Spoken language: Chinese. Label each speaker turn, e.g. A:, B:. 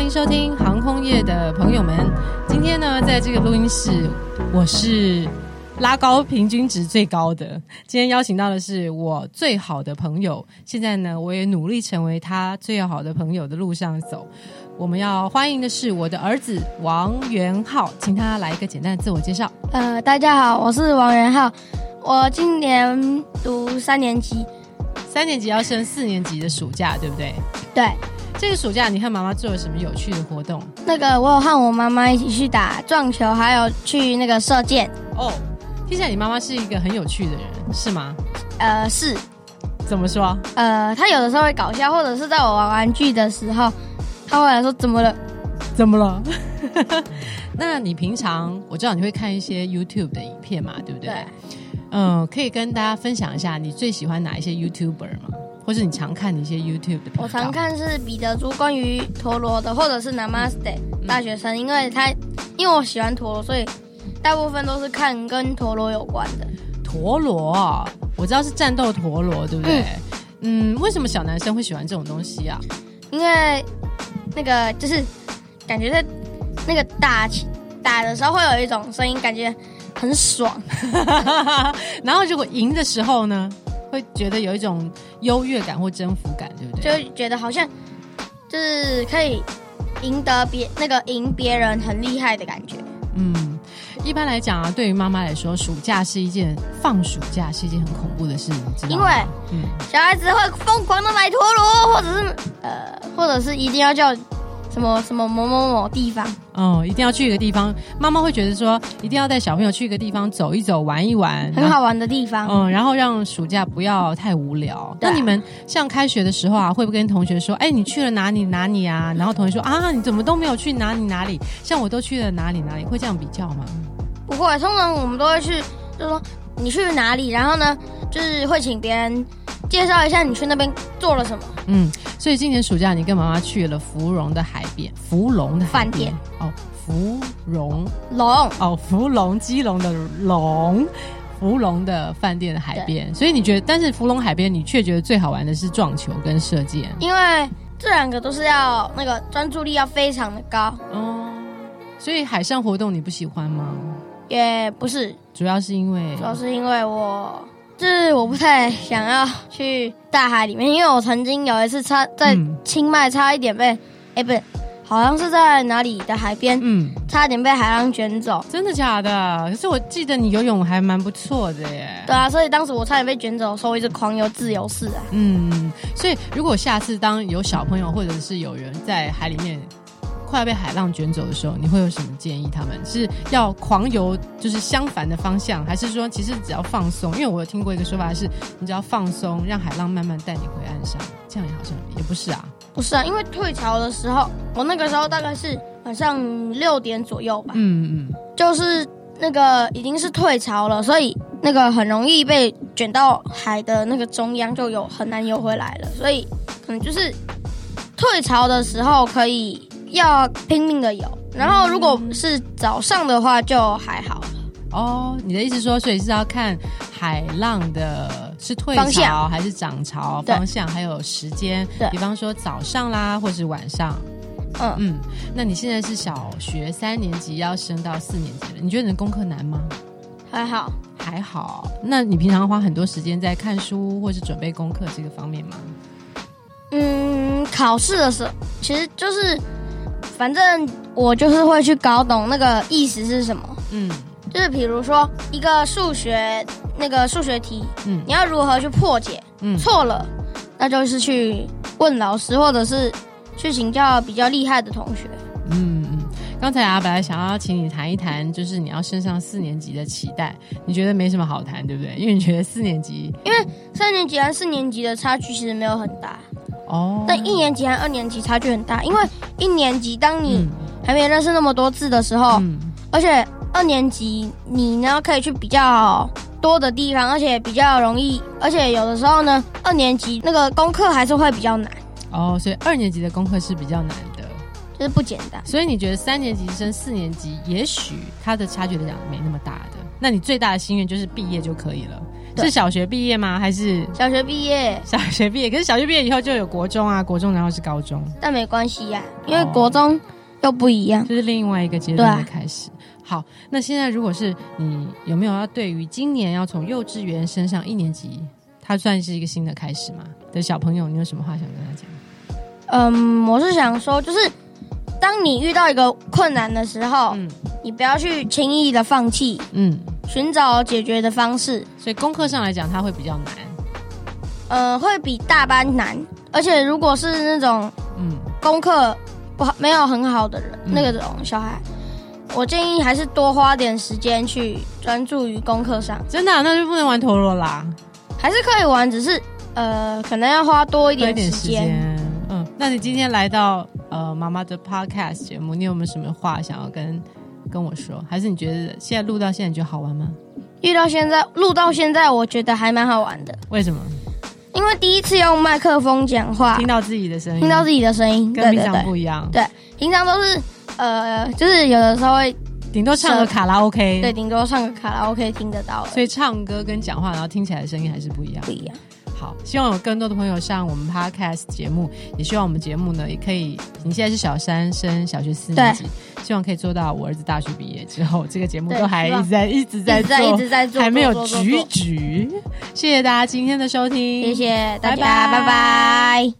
A: 迎收听航空业的朋友们。今天呢，在这个录音室，我是拉高平均值最高的。今天邀请到的是我最好的朋友，现在呢，我也努力成为他最好的朋友的路上走。我们要欢迎的是我的儿子王元浩，请他来一个简单的自我介绍。
B: 呃，大家好，我是王元浩，我今年读三年级。
A: 三年级要升四年级的暑假，对不对？
B: 对，
A: 这个暑假你和妈妈做了什么有趣的活动？
B: 那个我有和我妈妈一起去打撞球，还有去那个射箭。
A: 哦，听起来你妈妈是一个很有趣的人，是吗？
B: 呃，是，
A: 怎么说？
B: 呃，她有的时候会搞笑，或者是在我玩玩具的时候，她会来说怎么了？
A: 怎么了？ 那你平常我知道你会看一些 YouTube 的影片嘛，对不对？
B: 对
A: 嗯，可以跟大家分享一下你最喜欢哪一些 YouTuber 吗？或者你常看的一些 YouTube 的频道？
B: 我常看是彼得猪关于陀螺的，或者是 Namaste 大学生，因为他因为我喜欢陀螺，所以大部分都是看跟陀螺有关的。
A: 陀螺啊，我知道是战斗陀螺，对不对？嗯，为什么小男生会喜欢这种东西啊？
B: 因为那个就是感觉在那个打起打的时候会有一种声音，感觉很爽。
A: 然后如果赢的时候呢，会觉得有一种优越感或征服感，对不
B: 就
A: 对？
B: 会觉得好像就是可以赢得别那个赢别人很厉害的感觉。
A: 嗯，一般来讲啊，对于妈妈来说，暑假是一件放暑假是一件很恐怖的事，你知道吗？
B: 因为
A: 嗯，
B: 小孩子会疯狂的买陀螺，或者是呃，或者是一定要叫什么什么某某某地方。
A: 哦，一定要去一个地方，妈妈会觉得说，一定要带小朋友去一个地方走一走、玩一玩，
B: 很。好玩的地方。
A: 嗯，然后让暑假不要太无聊。
B: 对
A: 那
B: 啊
A: 你们像开学的时候啊，会不会跟同学说，哎，你去了哪里哪里啊？然后同学说啊，你怎么都没有去哪里哪里？像我都去了哪里哪里，会这样比较吗？
B: 不会，通常我们都会去，就说你去哪里，然后呢，就是会请别人介绍一下你去那边做了什么。
A: 嗯，所以今年暑假你跟妈妈去了芙蓉的海边，芙蓉的海
B: 饭
A: 边
B: 店
A: 哦，芙蓉
B: 龙，
A: 哦，芙蓉基隆的龙，芙蓉的饭店的海边。所以你觉得，但是芙蓉海边你却觉得最好玩的是撞球跟射箭
B: 因为这两个都是要那个专注力要非常的高，
A: 哦。所以海上活动你不喜欢吗？
B: 也不是，
A: 主要是因为
B: 主要是因为我。就是我不太想要去大海里面，因为我曾经有一次差在
A: 嗯
B: 清迈差一点被，哎、不是，好像是在哪里的海边，
A: 嗯，
B: 差点被海浪卷走。
A: 真的假的？可是我记得你游泳还蛮不错的耶。
B: 对啊，所以当时我差点被卷走，所以我一直狂游自由式啊。
A: 嗯，所以如果下次当有小朋友或者是有人在海里面快要被海浪卷走的时候，你会有什么建议？他们是要狂游，就是相反的方向，还是说其实只要放松？因为我有听过一个说法是，你只要放松，让海浪慢慢带你回岸上，这样也好像也不是啊。
B: 不是啊，因为退潮的时候，我那个时候大概是晚上六点左右吧，
A: 嗯嗯，
B: 就是那个已经是退潮了，所以那个很容易被卷到海的那个中央，就有很难游回来了。所以可能就是退潮的时候可以要拼命的游，然后如果是早上的话就还好。
A: 哦，你的意思说，所以是要看海浪的是退
B: 方
A: 潮
B: 向
A: 还是涨潮
B: 对
A: 方向，还有时间
B: 对，
A: 比方说早上啦，或是晚上。
B: 嗯
A: 嗯，那你现在是小学三年级，要升到四年级了，你觉得你的功课难吗？
B: 还好，
A: 还好。那你平常花很多时间在看书或是准备功课这个方面吗？
B: 嗯，考试的时候其实就是，反正我就是会去搞懂那个意思是什么。
A: 嗯
B: 就是比如说一个数学那个数学题，
A: 嗯
B: 你要如何去破解？
A: 嗯
B: 错了，那就是去问老师，或者是去请教比较厉害的同学。
A: 嗯嗯。刚才啊，本来想要请你谈一谈，就是你要升上四年级的期待，你觉得没什么好谈，对不对？因为你觉得四年级
B: 三年级和四年级的差距其实没有很大，
A: 哦，
B: 但一年级和二年级差距很大，因为一年级当你
A: 嗯
B: 还没认识那么多字的时候，
A: 嗯
B: 而且二年级你呢可以去比较多的地方，而且比较容易，而且有的时候呢，二年级那个功课还是会比较难，
A: 哦，所以二年级的功课是比较难的。
B: 就是不简单。
A: 所以你觉得三年级升四年级，也许它的差距来讲没那么大的。那你最大的心愿就是毕业就可以了，
B: 对
A: 是小学毕业吗？还是
B: 小学毕业，
A: 小学毕业？可是小学毕业以后就有国中啊，国中然后是高中，
B: 但没关系呀、因
A: 哦
B: 为国中又不一样。
A: 就是另外一个阶段的开始。好，那现在如果是你有没有要对于今年要从幼稚园升上一年级，它算是一个新的开始嘛的小朋友，你有什么话想跟他讲？
B: 嗯，我是想说，就是当你遇到一个困难的时候，
A: 嗯
B: 你不要去轻易的放弃，
A: 嗯，
B: 寻找解决的方式。
A: 所以功课上来讲，它会比较难。
B: 呃，会比大班难，而且如果是那种
A: 嗯，
B: 功课不好、没有很好的人，
A: 嗯
B: 那个种小孩，我建议还是多花点时间去专注于功课上，
A: 真的啊、那就不能玩陀螺啦，
B: 还是可以玩，只是呃，可能要花多一
A: 多一
B: 点
A: 点
B: 时
A: 时
B: 间。
A: 间。嗯，那你今天来到呃妈妈的 podcast 节目，你有没有什么话想要跟跟我说？还是你觉得现在录到现在你觉得好玩吗？
B: 遇到现在录到现在，我觉得还蛮好玩的，
A: 为什么？
B: 因为第一次用麦克风讲话，
A: 听到自己的声音，
B: 啊听到自己的声音，
A: 跟
B: 对
A: 平
B: 对
A: 常
B: 对，
A: 不一样，
B: 平常都是呃，就是有的时候会
A: 顶多唱个卡拉 OK。
B: 对，顶多唱个卡拉 OK 听得到而已，
A: 所以唱歌跟讲话，然后听起来的声音还是不一样
B: 不。一样。
A: 好，希望有更多的朋友上我们 podcast 节目，也希望我们节目呢也可以。你现在是小三生小学四年级，希望可以做到我儿子大学毕业之后，这个节目
B: 对
A: 都还
B: 希
A: 一
B: 望
A: 直在一直在
B: 一直在
A: 做
B: 一直在做，
A: 还没有
B: 做做做
A: 举举。谢谢大家今天的收听，
B: 谢谢大
A: 拜
B: 家，
A: 拜
B: 拜拜